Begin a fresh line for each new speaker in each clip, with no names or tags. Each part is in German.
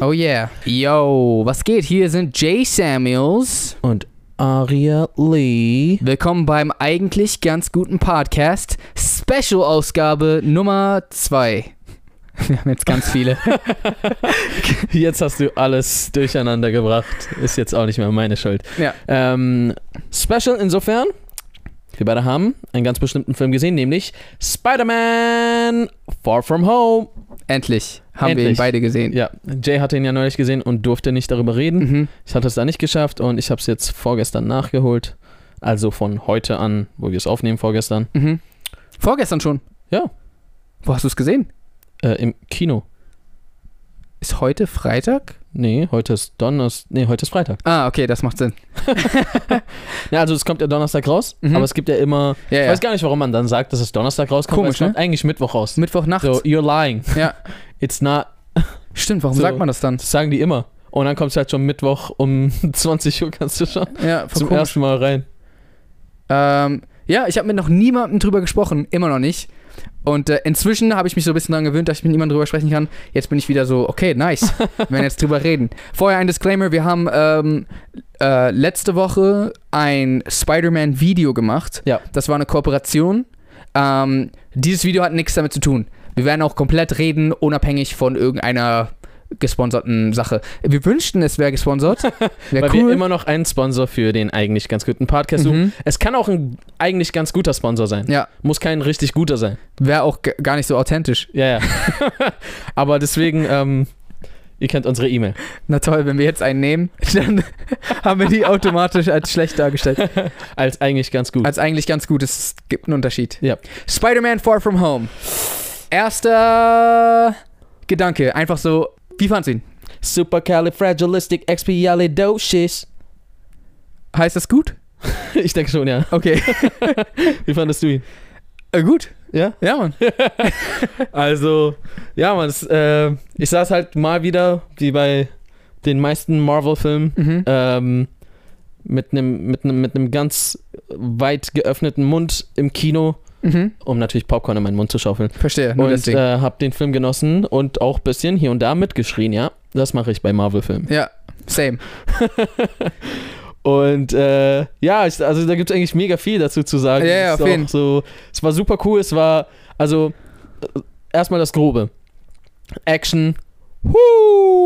Oh yeah. Yo, was geht? Hier sind Jay Samuels.
Und Aria Lee.
Willkommen beim eigentlich ganz guten Podcast. Special-Ausgabe Nummer 2. Wir haben jetzt ganz viele.
Jetzt hast du alles durcheinander gebracht. Ist jetzt auch nicht mehr meine Schuld.
Ja.
Ähm, Special insofern, wir beide haben einen ganz bestimmten Film gesehen, nämlich Spider-Man Far From Home.
Endlich haben wir ihn
Endlich.
beide gesehen.
Ja, Jay hatte ihn ja neulich gesehen und durfte nicht darüber reden.
Mhm.
Ich hatte es da nicht geschafft und ich habe es jetzt vorgestern nachgeholt. Also von heute an, wo wir es aufnehmen, vorgestern.
Mhm. Vorgestern schon.
Ja.
Wo hast du es gesehen?
Äh, Im Kino.
Ist heute Freitag?
Nee, heute ist Donnerstag. Nee, heute ist Freitag.
Ah, okay, das macht Sinn.
Ja, also es kommt ja Donnerstag raus,
Mhm.
aber es gibt ja immer.
Ja,
Ich
ja.
weiß gar nicht, warum man dann sagt, dass es Donnerstag rauskommt. weil
Komisch,
es kommt eigentlich Mittwoch raus.
Mittwochnacht.
So, you're lying.
Ja.
It's not.
Stimmt, warum
So.
sagt man das dann?
Das sagen die immer. Und dann kommt es halt schon Mittwoch um 20 Uhr, kannst du schon
Ja, voll
zum
komisch.
ersten Mal rein.
Ähm, ja, ich habe mit noch niemandem drüber gesprochen, immer noch nicht. Und äh, inzwischen habe ich mich so ein bisschen daran gewöhnt, dass ich mit niemandem drüber sprechen kann. Jetzt bin ich wieder so, okay, nice. Wir werden jetzt drüber reden. Vorher ein Disclaimer: Wir haben ähm, äh, letzte Woche ein Spider-Man-Video gemacht.
Ja.
Das war eine Kooperation. Ähm, dieses Video hat nichts damit zu tun. Wir werden auch komplett reden, unabhängig von irgendeiner gesponserten Sache. Wir wünschten, es wäre gesponsert. Wäre
Weil
cool.
wir immer noch einen Sponsor für den eigentlich ganz guten Podcast suchen.
mhm.
Es kann auch ein eigentlich ganz guter Sponsor sein.
Ja.
Muss kein richtig guter sein.
Wäre auch g- gar nicht so authentisch.
Ja, ja. aber deswegen, ähm, ihr kennt unsere E-Mail.
Na toll, wenn wir jetzt einen nehmen, dann haben wir die automatisch als schlecht dargestellt.
Als eigentlich ganz gut.
Als eigentlich ganz gut, es gibt einen Unterschied.
Ja.
Spider-Man Far From Home. Erster Gedanke, einfach so, wie fandst du ihn?
Supercalifragilisticexpialidocious.
Heißt das gut?
Ich denke schon, ja.
Okay,
Wie fandest du ihn?
äh, gut.
Ja?
Ja, Mann.
Also, ja, man, es, äh, ich saß halt mal wieder, wie bei den meisten Marvel-Filmen,
Mhm.
ähm, mit einem mit nem, mit nem ganz weit geöffneten Mund im Kino,
Mhm.
um natürlich Popcorn in meinen Mund zu schaufeln.
Verstehe, nur
Und
deswegen.
äh, hab den Film genossen und auch ein bisschen hier und da mitgeschrien, ja. Das mache ich bei Marvel-Filmen.
ja, same.
Und äh, ja, ich, also da gibt es eigentlich mega viel dazu zu sagen.
Ja, ja,
Es
auf
ist auch
jeden.
so, es war super cool, es war, also äh, erstmal das Grobe. Action.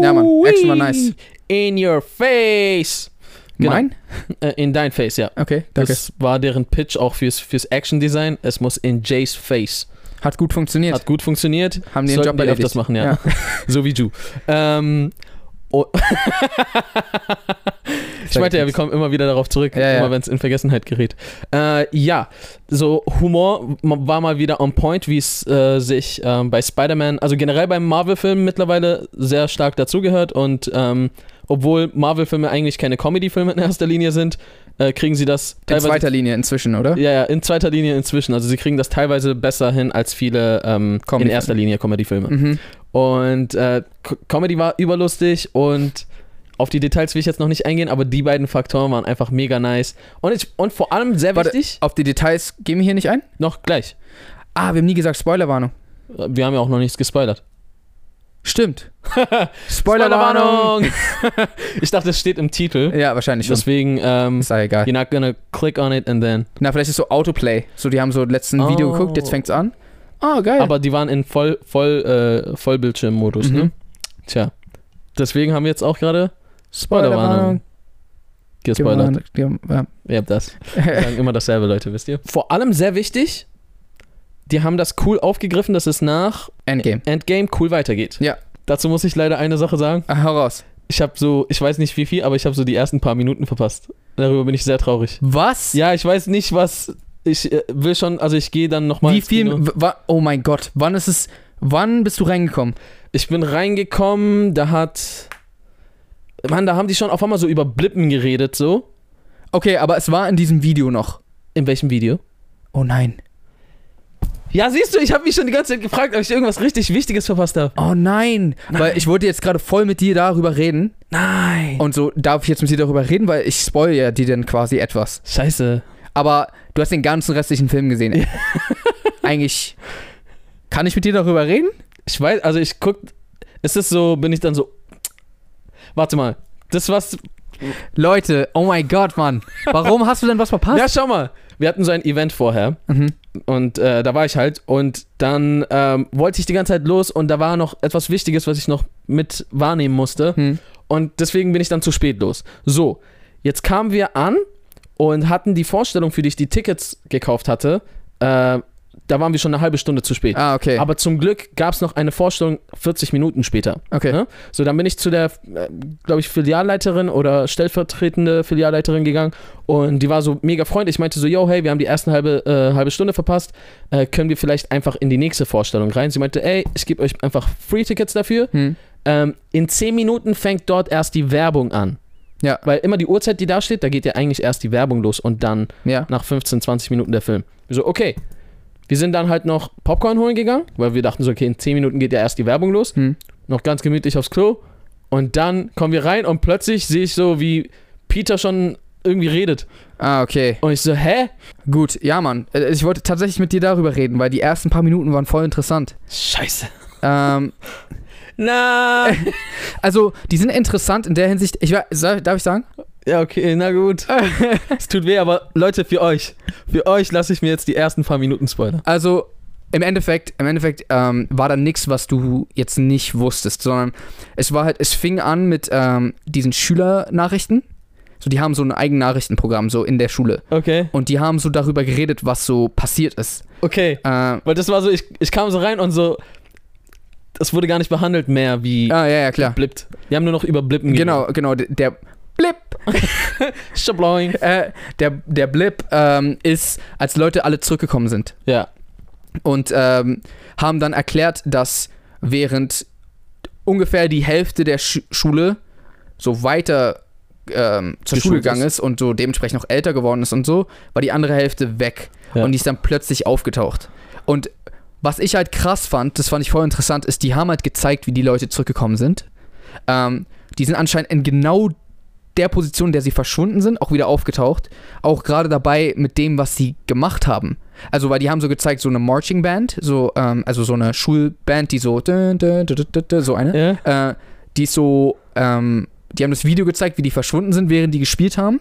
Ja, Mann, Action war nice.
In your face. Genau.
Mein?
Äh, in dein Face, ja.
Okay, danke.
Das war deren Pitch auch fürs, fürs Action-Design. Es muss in Jays Face.
Hat gut funktioniert.
Hat gut funktioniert.
haben den
Sollten
Job
die
erledigt.
öfters machen, ja. so wie Ju. Ähm, oh- ich
Sag
meinte ja, wir
nichts.
kommen immer wieder darauf zurück,
Ja, ja.
immer wenn es in Vergessenheit gerät. Äh, ja, so Humor m- war mal wieder on point, wie es äh, sich ähm, bei Spider-Man, also generell beim Marvel-Film mittlerweile sehr stark dazugehört und ähm, obwohl Marvel-Filme eigentlich keine Comedy-Filme in erster Linie sind, äh, kriegen sie das
In
teilweise
zweiter Linie inzwischen, oder?
ja, ja, in zweiter Linie inzwischen. Also sie kriegen das teilweise besser hin als viele ähm, in
Comedy-Filme.
erster Linie Comedy-Filme.
Mhm.
Und äh, Co- Comedy war überlustig und auf die Details will ich jetzt noch nicht eingehen, aber die beiden Faktoren waren einfach mega nice. Und, ich, und vor allem sehr
Warte.
wichtig,
Auf die Details gehen wir hier nicht ein?
noch gleich.
Ah, wir haben nie gesagt Spoilerwarnung.
Wir haben ja auch noch nichts gespoilert.
Stimmt.
Spoilerwarnung!
Spoilerwarnung!
ich dachte, es steht im Titel.
Ja, wahrscheinlich schon.
Deswegen, ähm,
Ist ja egal.
you're not gonna click on it and then.
Na, vielleicht ist so Autoplay. So, die haben so letzten
Oh.
Video geguckt, jetzt fängt's an. Ah, geil.
Aber die waren in voll, voll, äh, Vollbildschirm-Modus,
Mhm.
ne? Tja. Deswegen haben wir jetzt auch gerade Spoilerwarnung gespoilert.
Spoilerwarnung. Die haben- ja.
Ihr habt das. Wir sagen immer dasselbe, Leute, wisst ihr? Vor allem sehr wichtig, die haben das cool aufgegriffen, dass es nach
Endgame.
Endgame cool weitergeht.
Ja.
Dazu muss ich leider eine Sache sagen.
Ah, hau raus.
Ich habe so, ich weiß nicht wie viel, aber ich habe so die ersten paar Minuten verpasst. Darüber bin ich sehr traurig.
Was?
Ja, ich weiß nicht, was ich äh, will schon, also ich gehe dann nochmal.
Wie viel? w- wa- Oh mein Gott. Wann ist es? Wann bist du reingekommen?
Ich bin reingekommen, da hat. Mann, da haben die schon auf einmal so über Blippen geredet, so.
Okay, aber es war in diesem Video noch.
In welchem Video?
Oh nein.
Ja, siehst du, ich habe mich schon die ganze Zeit gefragt, ob ich irgendwas richtig Wichtiges verpasst habe.
Oh nein. Weil ich wollte jetzt gerade voll mit dir darüber reden.
Nein.
Und so darf ich jetzt mit dir darüber reden, weil ich spoil ja dir dann quasi etwas.
Scheiße.
Aber du hast den ganzen restlichen Film gesehen. eigentlich. Kann ich mit dir darüber reden?
Ich weiß, also ich guck. Es ist so, bin ich dann so. Warte mal. Das was.
Leute, oh mein Gott, Mann. Warum hast du denn was
Ja,
verpasst?
schau mal. Wir hatten so ein Event vorher
Mhm.
und äh, da war ich halt und dann ähm, wollte ich die ganze Zeit los und da war noch etwas Wichtiges, was ich noch mit wahrnehmen musste.
Hm.
Und deswegen bin ich dann zu spät los. So, jetzt kamen wir an und hatten die Vorstellung, für die ich die Tickets gekauft hatte. Äh, da waren wir schon eine halbe Stunde zu spät.
Ah, okay.
Aber zum Glück gab es noch eine Vorstellung 40 Minuten später.
okay.
Ne? So, dann bin ich zu der, äh, glaube ich, Filialleiterin oder stellvertretende Filialleiterin gegangen und die war so mega freundlich. Ich meinte so, yo, hey, wir haben die ersten halbe, äh, halbe Stunde verpasst. Äh, können wir vielleicht einfach in die nächste Vorstellung rein? Sie meinte, ey, ich gebe euch einfach Free-Tickets dafür.
Hm.
Ähm, in 10 Minuten fängt dort erst die Werbung an.
Ja.
Weil immer die Uhrzeit, die da steht, da geht ja eigentlich erst die Werbung los und dann
Ja.
nach 15, 20 Minuten der Film. Wir so, okay. Wir sind dann halt noch Popcorn holen gegangen, weil wir dachten so, okay, in 10 Minuten geht ja erst die Werbung los.
Hm.
Noch ganz gemütlich aufs Klo. Und dann kommen wir rein und plötzlich sehe ich so, wie Peter schon irgendwie redet.
Ah, okay.
Und ich so, hä?
Gut, ja, Mann. Äh, Ich wollte tatsächlich mit dir darüber reden, weil die ersten paar Minuten waren voll interessant.
Scheiße.
Ähm,
Na.
also, die sind interessant in der Hinsicht. Ich, we- soll- darf ich sagen?
ja, okay, na gut. es tut weh, aber Leute, für euch. Für euch lasse ich mir jetzt die ersten paar Minuten spoilern.
Also im Endeffekt, im Endeffekt ähm, war da nichts, was du jetzt nicht wusstest, sondern es war halt, es fing an mit ähm, diesen Schülernachrichten. So, die haben so ein eigenes Nachrichtenprogramm so in der Schule
Okay.
und die haben so darüber geredet, was so passiert ist.
Okay.
Äh, ah
Weil das war so, ich, ich kam so rein und so, das wurde gar nicht behandelt mehr wie
ah, ja, ja klar.
blippt. Wir haben nur noch über Blippen
Genau, genau. d- Der Blip,
geredet. Schabloing.
äh, der der Blip ähm, ist, als Leute alle zurückgekommen sind.
Ja.
und ähm, haben dann erklärt, dass während ungefähr die Hälfte der Schu Schule so weiter ähm, zur
Geschult
Schule gegangen ist. und so dementsprechend noch älter geworden ist und so, war die andere Hälfte weg
Ja.
und die ist dann plötzlich aufgetaucht. Und was ich halt krass fand, das fand ich voll interessant, ist, die haben halt gezeigt, wie die Leute zurückgekommen sind. Ähm, die sind anscheinend in genau der Position, in der sie verschwunden sind, auch wieder aufgetaucht. Auch gerade dabei mit dem, was sie gemacht haben. Also, weil die haben so gezeigt, so eine Marching Band, so, ähm, also so eine Schulband, die so, dun, dun, dun, dun, dun, dun, so eine.
Ja.
Äh, die ist so, ähm, die haben das Video gezeigt, wie die verschwunden sind, während die gespielt haben.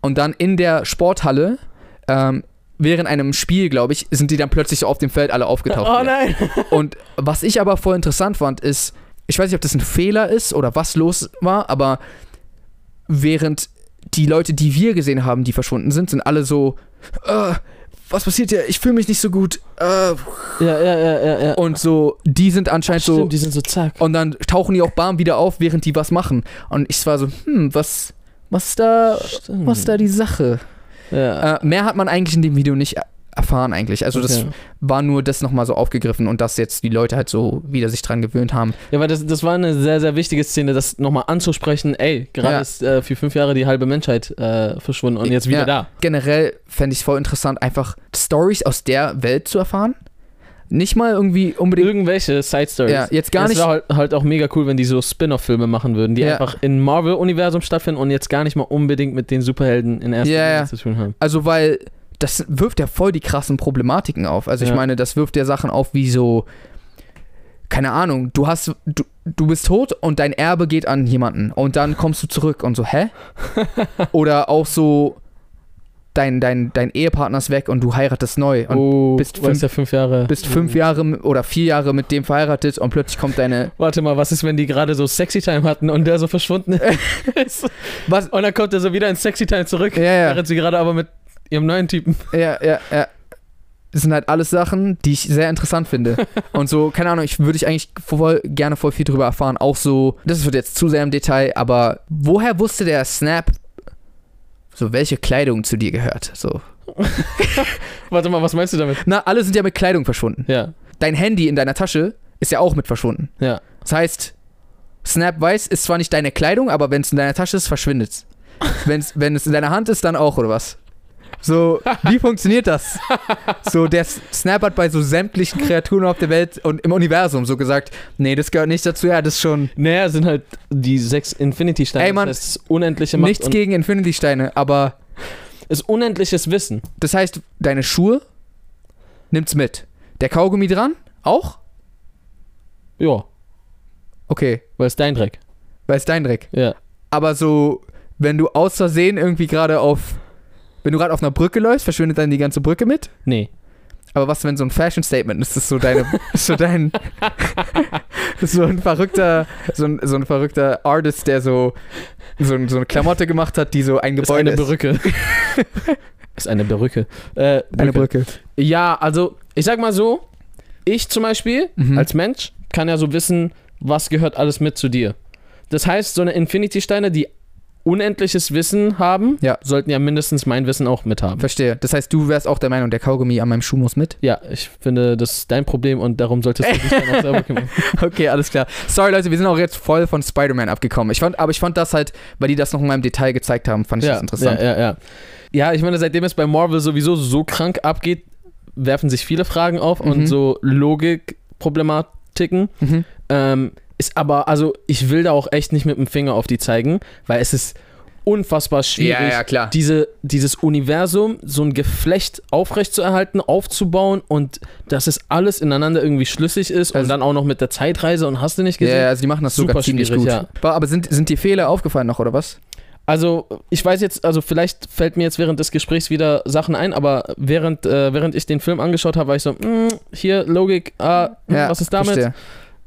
Und dann in der Sporthalle, ähm, während einem Spiel, glaube ich, sind die dann plötzlich so auf dem Feld alle aufgetaucht.
Oh
wieder.
nein.
Und was ich aber voll interessant fand, ist, ich weiß nicht, ob das ein Fehler ist oder was los war, aber während die Leute, die wir gesehen haben, die verschwunden sind, sind alle so, äh, was passiert hier? Ich fühle mich nicht so gut. Äh.
Ja, ja, ja, ja. ja.
Und so, die sind anscheinend so.
Stimmt, die sind so zack.
Und dann tauchen die auch bam wieder auf, während die was machen. Und ich war so, hm, was, was ist
Oh,
da,
Stimmt.
was ist da die Sache?
Ja.
Äh, mehr hat man eigentlich in dem Video nicht er- erfahren eigentlich. Also das
Okay.
war nur das nochmal so aufgegriffen und dass jetzt die Leute halt so wieder sich dran gewöhnt haben.
Ja, weil das, das war eine sehr, sehr wichtige Szene, das nochmal anzusprechen. Ey, gerade
Ja.
ist äh, für fünf Jahre die halbe Menschheit äh, verschwunden und jetzt wieder
Ja.
da.
Generell fände ich es voll interessant, einfach Stories aus der Welt zu erfahren. Nicht mal irgendwie unbedingt.
Irgendwelche Side-Stories.
ja, jetzt gar
Es
nicht.
wäre halt, halt auch mega cool, wenn die so Spin-off-Filme machen würden, die
Ja.
einfach im Marvel-Universum stattfinden und jetzt gar nicht mal unbedingt mit den Superhelden in erster
Ja,
Linie
ja.
zu tun haben.
Also, weil das wirft ja voll die krassen Problematiken auf. Also,
Ja.
ich meine, das wirft ja Sachen auf wie so. Keine Ahnung, du hast. Du, du bist tot und dein Erbe geht an jemanden. Und dann kommst du zurück und so, hä? Oder auch so. Dein, dein, dein Ehepartner ist weg und du heiratest neu und
oh,
bist
weil es ja fünf Jahre.
bist fünf Jahre m- oder vier Jahre mit dem verheiratet und plötzlich kommt deine.
Warte mal, was ist, wenn die gerade so Sexy Time hatten und der so verschwunden ist?
Was?
Und dann kommt er so wieder in Sexy Time zurück,
Ja, ja,
während sie gerade aber mit ihrem neuen Typen.
ja, ja, ja. Das sind halt alles Sachen, die ich sehr interessant finde. Und so, keine Ahnung, ich würde ich eigentlich voll, gerne voll viel drüber erfahren. Auch so, das wird jetzt zu sehr im Detail, aber woher wusste der Snap, so welche Kleidung zu dir gehört? So.
Warte mal, was meinst du damit?
Na, alle sind ja mit Kleidung verschwunden.
Ja,
Dein Handy in deiner Tasche ist ja auch mit verschwunden.
ja.
Das heißt, Snap weiß ist zwar nicht deine Kleidung, aber wenn es in deiner Tasche ist, verschwindet's. Wenn's, wenn es in deiner Hand ist, dann auch, oder was? So, wie funktioniert das? So, der S- Snap hat bei so sämtlichen Kreaturen auf der Welt und im Universum so gesagt, nee, das gehört nicht dazu, ja, das ist schon
Naja, sind halt die sechs Infinity-Steine.
Ey, Mann,
das heißt, es ist unendliche Macht
nichts
und-
gegen Infinity-Steine, aber
ist unendliches Wissen.
das heißt, deine Schuhe nimmt's mit. Der Kaugummi dran? Auch?
Ja,
Okay,
weil es dein Dreck.
weil es dein Dreck.
Ja.
Aber so, wenn du aus Versehen irgendwie gerade auf. Wenn du gerade auf einer Brücke läufst, verschwindet dann die ganze Brücke mit.
Nee.
Aber was, wenn so ein Fashion-Statement ist, das so deine. ist so dein. ist so ein verrückter. So ein, so ein verrückter Artist, der so. So, ein, so eine Klamotte gemacht hat, die so ein
Ist
Gebäude
eine
ist.
Brücke. ist eine Brücke. Äh, Brücke.
Eine Brücke.
Ja, also ich sag mal so, ich zum Beispiel
Mhm.
als Mensch kann ja so wissen, was gehört alles mit zu dir. Das heißt, so eine Infinity-Steine, die unendliches Wissen haben,
Ja.
sollten ja mindestens mein Wissen auch mithaben.
Verstehe. Das heißt, du wärst auch der Meinung, der Kaugummi an meinem Schuh muss mit?
Ja, ich finde, das ist dein Problem und darum solltest du dich dann auch selber kümmern.
Okay, alles klar. Sorry, Leute, wir sind auch jetzt voll von Spider-Man abgekommen. Ich fand, aber ich fand das halt, weil die das noch in meinem Detail gezeigt haben, fand ich das interessant.
Ja, ja, ja. ja, ich meine, seitdem es bei Marvel sowieso so krank abgeht, werfen sich viele Fragen auf
Mhm.
und so Logikproblematiken.
Mhm.
Ähm, ist aber, also ich will da auch echt nicht mit dem Finger auf die zeigen, weil es ist unfassbar schwierig,
ja, ja, klar.
Diese, dieses Universum, so ein Geflecht aufrechtzuerhalten, aufzubauen und dass es alles ineinander irgendwie schlüssig ist
Also-
und dann auch noch mit der Zeitreise und hast du nicht
ja,
gesehen.
ja, also die machen das sogar
Super
ziemlich gut.
schwierig, ja.
War- Aber sind, sind die Fehler aufgefallen noch, oder was?
Also, ich weiß jetzt, also vielleicht fällt mir jetzt während des Gesprächs wieder Sachen ein, aber während, äh, während ich den Film angeschaut habe, war ich so, "Mm, hier, Logik, ah, hm,
Ja,
was ist damit?
Verstehe.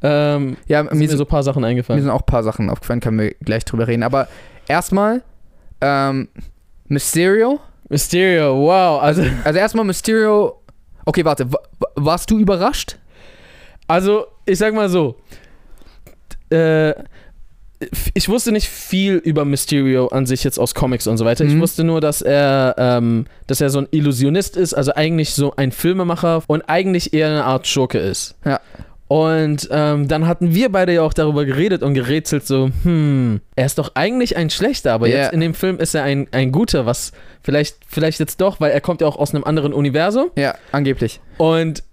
Ähm,
Ja,
sind mir
mir,
so ein paar Sachen
Mir
eingefallen.
sind auch ein paar Sachen aufgefallen, können wir gleich drüber reden. Aber erstmal, ähm, Mysterio.
Mysterio, wow. Also,
Also erstmal Mysterio. Okay, warte, wa- wa- warst du überrascht?
also ich sag mal so, äh, ich wusste nicht viel über Mysterio an sich jetzt aus Comics und so weiter. Ich
Mhm.
wusste nur, dass er, ähm, dass er so ein Illusionist ist, also eigentlich so ein Filmemacher und eigentlich eher eine Art Schurke ist.
Ja.
Und ähm, dann hatten wir beide ja auch darüber geredet und gerätselt so, hm, er ist doch eigentlich ein Schlechter, aber
Ja.
jetzt in dem Film ist er ein, ein Guter, was vielleicht, vielleicht jetzt doch, weil er kommt ja auch aus einem anderen Universum.
Ja, angeblich.
Und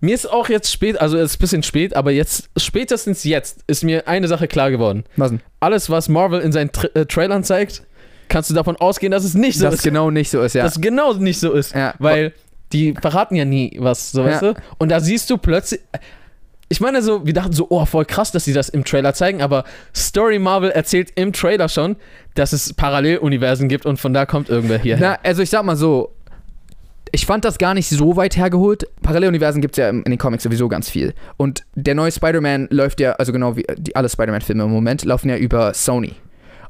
mir ist auch jetzt spät, also es ist ein bisschen spät, aber jetzt, spätestens jetzt, ist mir eine Sache klar geworden.
Was denn?
Alles, was Marvel in seinen Tra äh, Trailern zeigt, kannst du davon ausgehen, dass es nicht so
Dass
ist.
genau nicht so ist, ja.
Dass genau nicht so ist.
ja.
Weil die verraten ja nie was, so
Ja.
weißt du? Und da siehst du plötzlich. Ich meine, so, wir dachten so, oh, voll krass, dass sie das im Trailer zeigen, aber Story Marvel erzählt im Trailer schon, dass es Paralleluniversen gibt und von da kommt irgendwer hier.
Na, also ich sag mal so, ich fand das gar nicht so weit hergeholt. Paralleluniversen gibt es ja im- in den Comics sowieso ganz viel. Und der neue Spider-Man läuft ja, also genau wie die, alle Spider-Man-Filme im Moment, laufen ja über Sony.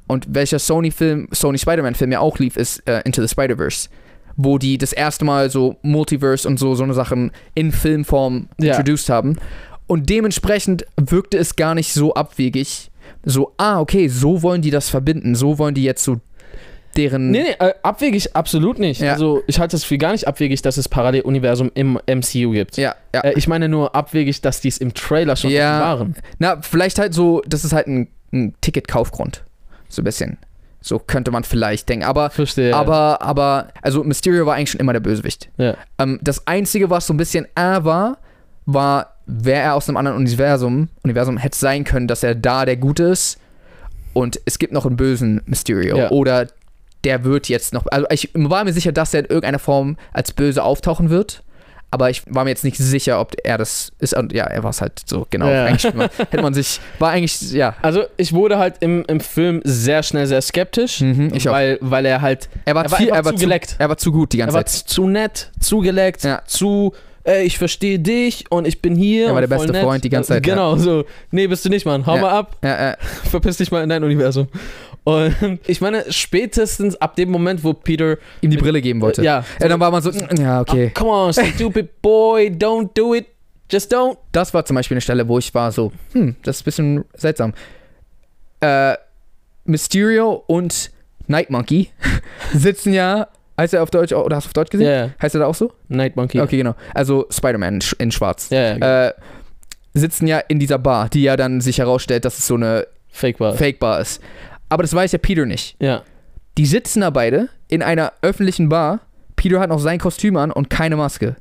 Und welcher Sony-Film, Sony-Spider-Man-Film ja auch lief, ist äh, Into the Spider-Verse. Wo die das erste Mal so Multiverse und so, so eine Sachen in Filmform
Ja.
introduced haben. Und dementsprechend wirkte es gar nicht so abwegig. So, ah, okay, so wollen die das verbinden. So wollen die jetzt so deren.
Nee, nee, äh, abwegig absolut nicht.
Hm. Ja.
Also ich halte es für gar nicht abwegig, dass es Paralleluniversum im MCU gibt.
Ja, ja.
Äh, ich meine nur abwegig, dass die es im Trailer schon
Ja.
waren.
Na, vielleicht halt so, das ist halt ein, ein Ticketkaufgrund. So ein bisschen. So könnte man vielleicht denken. Aber,
Verstehe.
aber, aber, also Mysterio war eigentlich schon immer der Bösewicht.
Ja.
Ähm, das Einzige, was so ein bisschen äh war, war, wäre er aus einem anderen Universum, Universum hätte es sein können, dass er da der Gute ist. Und es gibt noch einen bösen Mysterio.
Ja.
Oder der wird jetzt noch. Also ich war mir sicher, dass er in irgendeiner Form als böse auftauchen wird. Aber ich war mir jetzt nicht sicher, ob er das ist. Und ja, er war es halt so, genau.
Ja.
Eigentlich hätte man- hätte man sich. War eigentlich, ja.
also ich wurde halt im, im Film sehr schnell sehr skeptisch,
Mhm, ich auch.
weil, weil er halt
Er war,
er war
viel,
einfach
er war
zu
zu,
geleckt.
er war zu gut die ganze
Er war
Zeit.
zu nett, zu geleckt,
Ja.
zu äh, ich verstehe dich und ich bin hier.
Er war
und
der
voll
beste
nett.
Freund die ganze Zeit,
Genau, so. Nee, bist du nicht, Mann. Hau
Ja.
mal ab,
Ja, äh,
verpiss dich mal in dein Universum. Und ich meine, spätestens ab dem Moment, wo Peter.
ihm die Brille geben wollte.
Ja, Ah.
Ja, dann war man so, mm, ja, okay.
Come on, stupid boy, don't do it. Just don't.
das war zum Beispiel eine Stelle, wo ich war so, hm, das ist ein bisschen seltsam. Äh, Mysterio und Night Monkey sitzen ja, heißt er auf Deutsch, oder hast du auf Deutsch gesehen?
Yeah,
Heißt er da auch so?
Night Monkey.
Okay, genau. Also Spider-Man in sch- in schwarz.
Yeah, uh,
Äh, sitzen ja in dieser Bar, die ja dann sich herausstellt, dass es so eine
fake war.
Fake-Bar ist. Aber das weiß ja Peter nicht.
Ja.
Die sitzen da beide in einer öffentlichen Bar. Peter hat noch sein Kostüm an und keine Maske.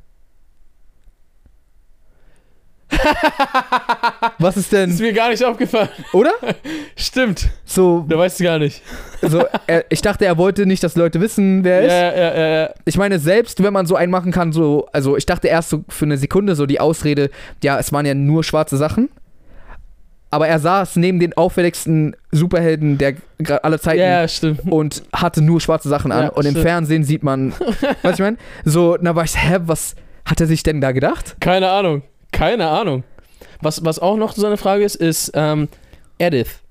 Was
Ist
ist denn?
mir gar nicht aufgefallen.
Oder?
Stimmt.
So,
Du weißt es gar nicht.
so er, ich dachte, er wollte nicht, dass Leute wissen, wer er
Ja,
ist.
ja, ja, ja, ja.
Ich meine, selbst wenn man so einen machen kann, so, also ich dachte erst so für eine Sekunde so die Ausrede, ja, es waren ja nur schwarze Sachen. Aber er saß neben den auffälligsten Superhelden der gra- aller Zeiten
Ja, ja, stimmt.
und hatte nur schwarze Sachen an.
Ja,
und im
stimmt.
Fernsehen sieht man, was ich meine? So, na war ich, hä, was hat er sich denn da gedacht?
Keine Ahnung. Keine Ahnung. Was, was auch noch so eine Frage ist, ist ähm, Edith.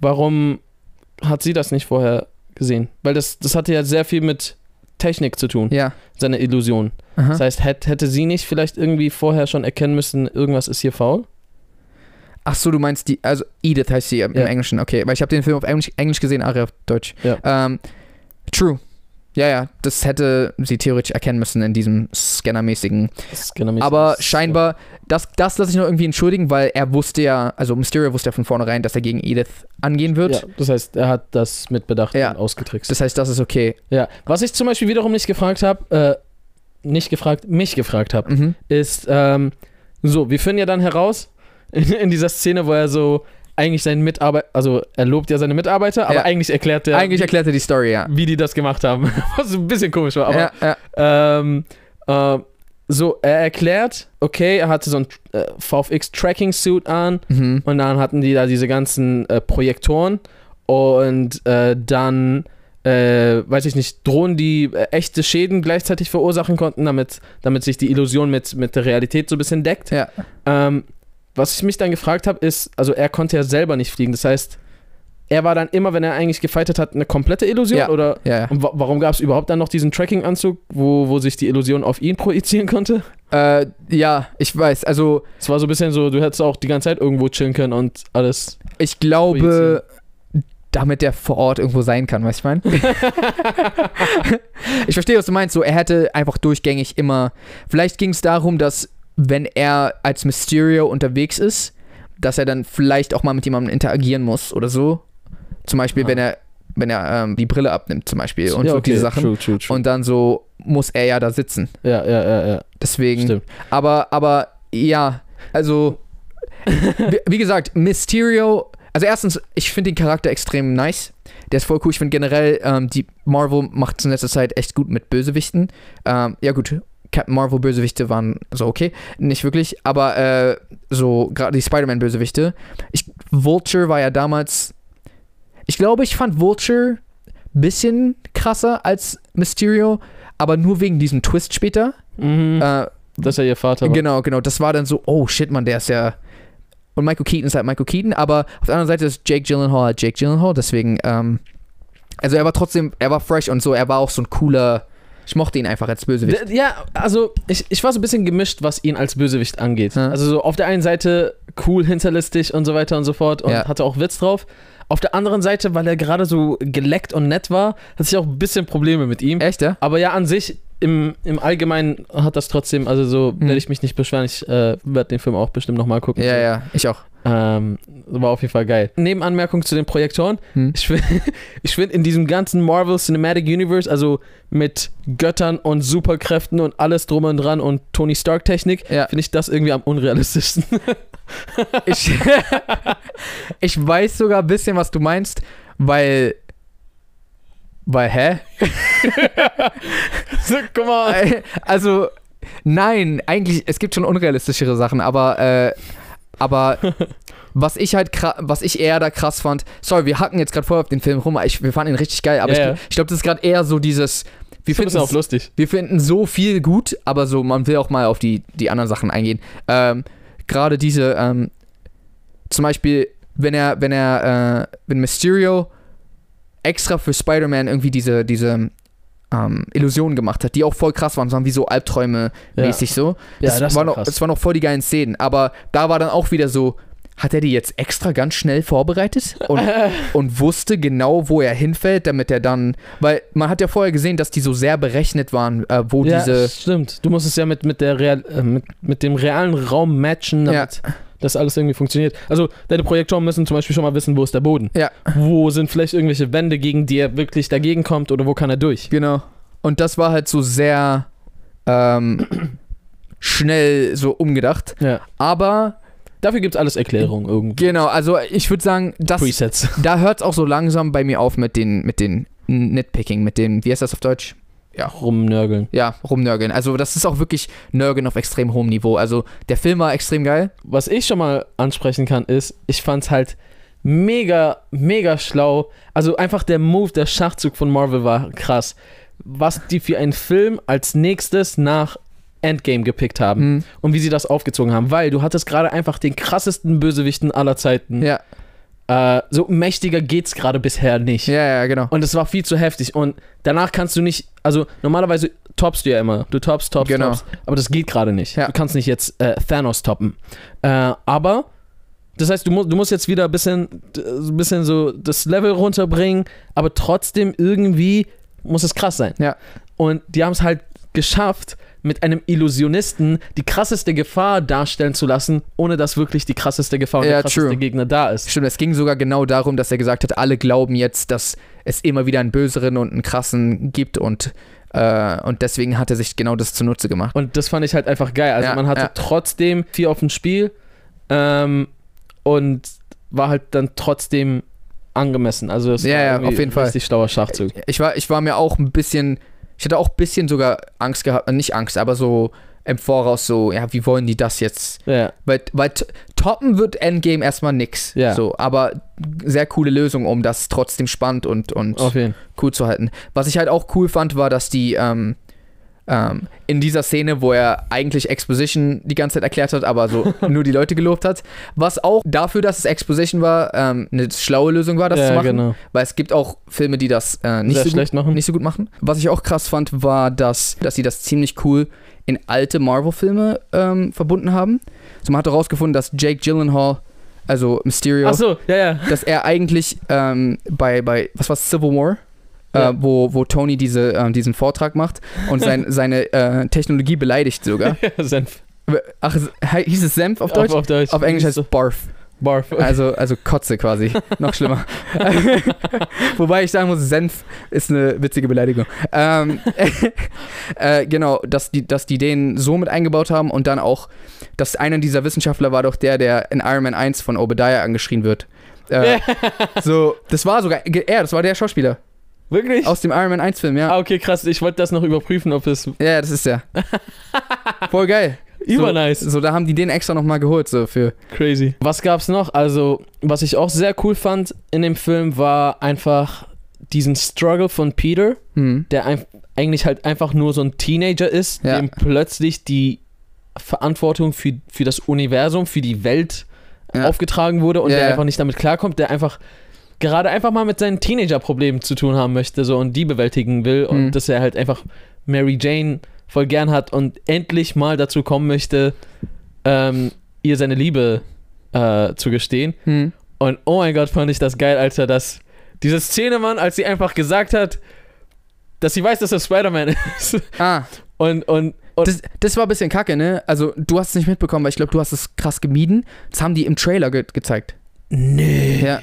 Warum hat sie das nicht vorher gesehen? Weil das, das hatte ja sehr viel mit Technik zu tun,
Ja.
seine Illusion.
Aha.
Das heißt, hätte, hätte sie nicht vielleicht irgendwie vorher schon erkennen müssen, irgendwas ist hier faul?
Ach so, du meinst die, also Edith heißt sie im
Ja.
Englischen, okay, weil ich habe den Film auf Englisch, Englisch gesehen, Aria auf Deutsch.
Ja.
Ähm, true. Ja, ja, das hätte sie theoretisch erkennen müssen in diesem scannermäßigen
Das ist genau-
Aber
das-
scheinbar, das, das lasse ich noch irgendwie entschuldigen, weil er wusste ja, also Mysterio wusste ja von vornherein, dass er gegen Edith angehen wird.
Ja, das heißt, er hat das mit Bedacht
Ja.
und ausgetrickst.
Das heißt, das ist okay.
ja. Was ich zum Beispiel wiederum nicht gefragt habe, äh, nicht gefragt, mich gefragt habe,
Mhm.
ist, ähm, so, wir finden ja dann heraus, in, in dieser Szene, wo er so eigentlich seinen Mitarbeiter, also er lobt ja seine Mitarbeiter, aber
Ja.
eigentlich erklärt er,
Eigentlich erklärt er die Story, ja.
wie die das gemacht haben. Was ein bisschen komisch war, aber
ja, ja.
ähm, äh, so, er erklärt, okay, er hatte so ein äh, VFX-Tracking-Suit an
Mhm.
und dann hatten die da diese ganzen äh, Projektoren und äh, dann, äh, weiß ich nicht, Drohnen, die äh, echte Schäden gleichzeitig verursachen konnten, damit, damit sich die Illusion mit, mit der Realität so ein bisschen deckt.
Ja.
Ähm, was ich mich dann gefragt habe, ist, also er konnte ja selber nicht fliegen, das heißt, er war dann immer, wenn er eigentlich gefightet hat, eine komplette Illusion
Ja.
oder
ja, ja.
und wa warum gab es überhaupt dann noch diesen Tracking-Anzug, wo, wo sich die Illusion auf ihn projizieren konnte?
Äh, ja, ich weiß. Also,
Es war so ein bisschen so, du hättest auch die ganze Zeit irgendwo chillen können und alles.
ich glaube, damit er vor Ort irgendwo sein kann, weißt du, ich meine? ich verstehe, was du meinst. So, er hätte einfach durchgängig immer. Vielleicht ging es darum, dass, wenn er als Mysterio unterwegs ist, dass er dann vielleicht auch mal mit jemandem interagieren muss oder so. Zum Beispiel,
Ah.
wenn er, wenn er ähm, die Brille abnimmt, zum Beispiel. Und
ja,
so
okay,
diese Sachen.
True, true, true.
Und dann so muss er ja da sitzen.
ja, ja, ja, ja.
Deswegen.
Stimmt.
Aber, aber ja, also wie, wie gesagt, Mysterio. Also erstens, ich finde den Charakter extrem nice. Der ist voll cool. Ich finde generell, ähm, die Marvel macht es in letzter Zeit echt gut mit Bösewichten. Ähm, ja gut, Captain Marvel Bösewichte waren so okay, nicht wirklich. Aber äh, so gerade die Spider-Man Bösewichte. Ich, Vulture war ja damals. Ich glaube, ich fand Vulture bisschen krasser als Mysterio, aber nur wegen diesem Twist später.
Mhm.
Äh,
Dass er ihr Vater war.
Genau, genau. Das war dann so, oh shit, Mann, der ist ja. Und Michael Keaton ist halt Michael Keaton, aber auf der anderen Seite ist Jake Gyllenhaal halt Jake Gyllenhaal, deswegen, ähm, also er war trotzdem, er war fresh und so, er war auch so ein cooler, ich mochte ihn einfach als Bösewicht.
D- Ja, also ich, ich war so ein bisschen gemischt, was ihn als Bösewicht angeht.
Ja.
Also so auf der einen Seite cool, hinterlistig und so weiter und so fort und
Ja.
hatte auch Witz drauf. Auf der anderen Seite, weil er gerade so geleckt und nett war, hatte ich auch ein bisschen Probleme mit ihm.
Echt, ja?
Aber ja, an sich, im, im Allgemeinen hat das trotzdem, also so
Hm.
werde ich mich nicht beschweren. Ich äh, werde den Film auch bestimmt nochmal gucken.
Ja, ja, ich auch.
Ähm, war auf jeden Fall geil. Nebenanmerkung zu den Projektoren.
Hm.
Ich finde, ich find in diesem ganzen Marvel Cinematic Universe, also mit Göttern und Superkräften und alles drum und dran und Tony Stark-Technik,
Ja.
finde ich das irgendwie am unrealistischsten.
Ich, ich weiß sogar ein bisschen, was du meinst, weil, weil, hä?
so, guck mal.
Äh, Also, nein, eigentlich, es gibt schon unrealistischere Sachen, aber, äh, aber was ich halt, kra- was ich eher da krass fand, sorry, wir hacken jetzt gerade vorher auf den Film rum, aber ich, wir fanden ihn richtig geil, aber
Ja,
ich,
ja.
gl- ich glaube, das ist gerade eher so dieses, wir
Ich finde es auch
finden,
lustig.
wir finden so viel gut, aber so, man will auch mal auf die, die anderen Sachen eingehen. Ähm, gerade diese, ähm, zum Beispiel, wenn er, wenn er, äh, wenn Mysterio extra für Spider-Man irgendwie diese, diese, ähm, Illusionen gemacht hat, die auch voll krass waren, das waren wie so Albträume
Ja.
mäßig so.
Ja,
das,
das
waren
war
auch,
krass.
das waren auch voll die geilen Szenen, aber da war dann auch wieder so, hat er die jetzt extra ganz schnell vorbereitet und, und wusste genau, wo er hinfällt, damit er dann, weil man hat ja vorher gesehen, dass die so sehr berechnet waren, äh, wo
ja,
diese,
stimmt. Du musst es ja mit, mit, der Real, äh, mit, mit dem realen Raum matchen, damit das alles irgendwie funktioniert. Also deine Projektoren müssen zum Beispiel schon mal wissen, wo ist der Boden.
Ja.
Wo sind vielleicht irgendwelche Wände, gegen die er wirklich dagegen kommt oder wo kann er durch.
genau, und das war halt so sehr ähm, schnell so umgedacht,
Ja.
aber
Dafür gibt es alles Erklärungen irgendwie.
Genau, also ich würde sagen, das,
Presets.
da hört es auch so langsam bei mir auf mit den, mit den Nitpicking, mit dem, wie heißt das auf Deutsch?
Rumnörgeln.
Ja, rumnörgeln. Also das ist auch wirklich Nörgeln auf extrem hohem Niveau. Also der Film war extrem geil.
Was ich schon mal ansprechen kann, ist, ich fand's halt mega, mega schlau. Also einfach der Move, der Schachzug von Marvel war krass. Was die für einen Film als nächstes nach Endgame gepickt haben
Mhm.
und wie sie das aufgezogen haben, weil du hattest gerade einfach den krassesten Bösewichten aller Zeiten.
Mhm. Ja,
Äh, so mächtiger geht's gerade bisher nicht.
ja, ja, genau.
Und es war viel zu heftig. Und danach kannst du nicht, also normalerweise toppst du ja immer. Du toppst, toppst,
Genau.
toppst. Aber das geht gerade nicht.
Ja.
Du kannst nicht jetzt äh, Thanos toppen. Äh, aber, das heißt, du, mu du musst jetzt wieder ein bisschen, d- ein bisschen so das Level runterbringen, aber trotzdem irgendwie muss es krass sein.
Ja.
Und die haben es halt geschafft, mit einem Illusionisten die krasseste Gefahr darstellen zu lassen, ohne dass wirklich die krasseste Gefahr und
Ja,
der krasseste
true.
Gegner da ist.
Stimmt, es ging sogar genau darum, dass er gesagt hat, alle glauben jetzt, dass es immer wieder einen Böseren und einen Krassen gibt und, äh, und deswegen hat er sich genau das zunutze gemacht.
Und das fand ich halt einfach geil. Also
Ja,
man hatte
ja.
trotzdem viel auf dem Spiel ähm, und war halt dann trotzdem angemessen. Also es
Ja,
war
ja,
irgendwie
auf jeden
ein
Fall.
richtig schlauer Schachzug.
Ich war, ich war mir auch ein bisschen, ich hatte auch ein bisschen sogar Angst gehabt, äh, nicht Angst, aber so im Voraus so, ja, wie wollen die das jetzt?
Ja,
Weil, weil t- toppen wird Endgame erstmal nix.
Ja.
So, aber sehr coole Lösung, um das trotzdem spannend und, und
auf jeden Fall.
cool zu halten. Was ich halt auch cool fand, war, dass die ähm, ähm, in dieser Szene, wo er eigentlich Exposition die ganze Zeit erklärt hat, aber so nur die Leute gelobt hat, was auch dafür, dass es Exposition war, ähm, eine schlaue Lösung war, das
ja,
zu machen.
genau.
Weil es gibt auch Filme, die das äh, nicht,
Sehr
so gut,
schlecht machen.
nicht so gut machen. Was ich auch krass fand, war, dass, dass sie das ziemlich cool in alte Marvel-Filme ähm, verbunden haben. So, man hat herausgefunden, dass Jake Gyllenhaal, also Mysterio,
Ach so, ja, ja.
dass er eigentlich ähm, bei, bei, was war Civil War?
Ja.
Äh, wo, wo Tony diese, ähm, diesen Vortrag macht und sein, seine äh, Technologie beleidigt sogar.
Senf.
Ach, es- he- hieß es Senf auf
Auf
Deutsch? Auf,
Auf, Deutsch.
Englisch heißt es Barf.
Barf.
Also, also Kotze quasi. Noch schlimmer. Wobei ich sagen muss, Senf ist eine witzige Beleidigung. Ähm, äh, genau, dass die, dass die den so mit eingebaut haben und dann auch, dass einer dieser Wissenschaftler war doch der, der in Iron Man 1 von Obadiah angeschrien wird. Äh, so, das war sogar, ge- er, das war der Schauspieler
Wirklich?
aus dem Iron Man 1 Film, ja.
Ah, okay, krass. Ich wollte das noch überprüfen, ob es
Ja, das ist der. Voll geil.
über nice.
So, da haben die den extra nochmal geholt, so für.
Crazy. Was gab's noch? Also, was ich auch sehr cool fand in dem Film war einfach diesen Struggle von Peter.
Hm.
der ein, eigentlich halt einfach nur so ein Teenager ist,
Ja.
dem plötzlich die Verantwortung für, für das Universum, für die Welt
Ja.
aufgetragen wurde und
Ja,
der
ja.
einfach nicht damit klarkommt, der einfach gerade einfach mal mit seinen Teenager-Problemen zu tun haben möchte so und die bewältigen will
Mhm.
und dass er halt einfach Mary Jane voll gern hat und endlich mal dazu kommen möchte, ähm, ihr seine Liebe äh, zu gestehen.
Hm.
Und oh mein Gott, fand ich das geil, Alter, dass diese Szene, Mann, als sie einfach gesagt hat, dass sie weiß, dass er Spider-Man ist.
Ah.
Und, und, und
Das, das war ein bisschen kacke, ne? Also, du hast es nicht mitbekommen, weil ich glaube, du hast es krass gemieden. Das haben die im Trailer ge gezeigt.
nee.
Ja.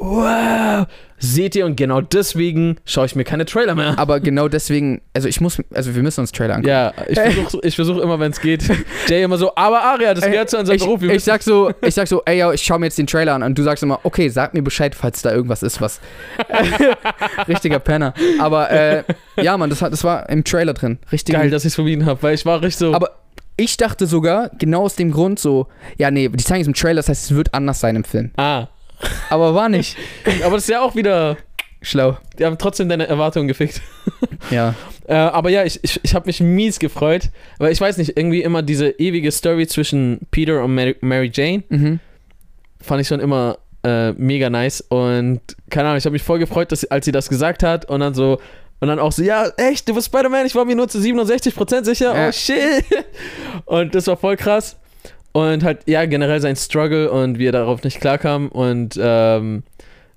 Wow. Seht ihr, und genau deswegen schaue ich mir keine Trailer mehr an.
Aber genau deswegen, also ich muss, also wir müssen uns Trailer angucken.
Ja, ich versuche ich versuch immer, wenn es geht, Jay immer so, aber Aria, das gehört zu unserem
ich,
Beruf. wir
ich
müssen-
sag so, ich sag so, ey, yo, ich schau mir jetzt den Trailer an und du sagst immer, okay, sag mir Bescheid, falls da irgendwas ist, was richtiger Penner. Aber äh, ja, Mann, das, hat, das war im Trailer drin, richtig.
geil, dass ich es vermieden habe, weil ich war richtig so.
Aber- Ich dachte sogar genau aus dem Grund so, ja, nee, die zeigen es im Trailer, das heißt, es wird anders sein im Film.
ah.
Aber war nicht
Aber das ist ja auch wieder,
schlau.
die haben trotzdem deine Erwartungen gefickt.
Ja.
Äh, aber ja, ich, ich, ich habe mich mies gefreut, weil ich weiß nicht, irgendwie immer diese ewige Story zwischen Peter und Mary, Mary Jane
Mhm.
fand ich schon immer äh, mega nice und keine Ahnung, ich habe mich voll gefreut, dass, als sie das gesagt hat und dann so und dann auch so, ja, echt, du bist Spider-Man, ich war mir nur zu 67% sicher,
Ja.
oh shit. Und das war voll krass. Und halt, ja, generell sein Struggle und wie er darauf nicht klarkam. Und ähm,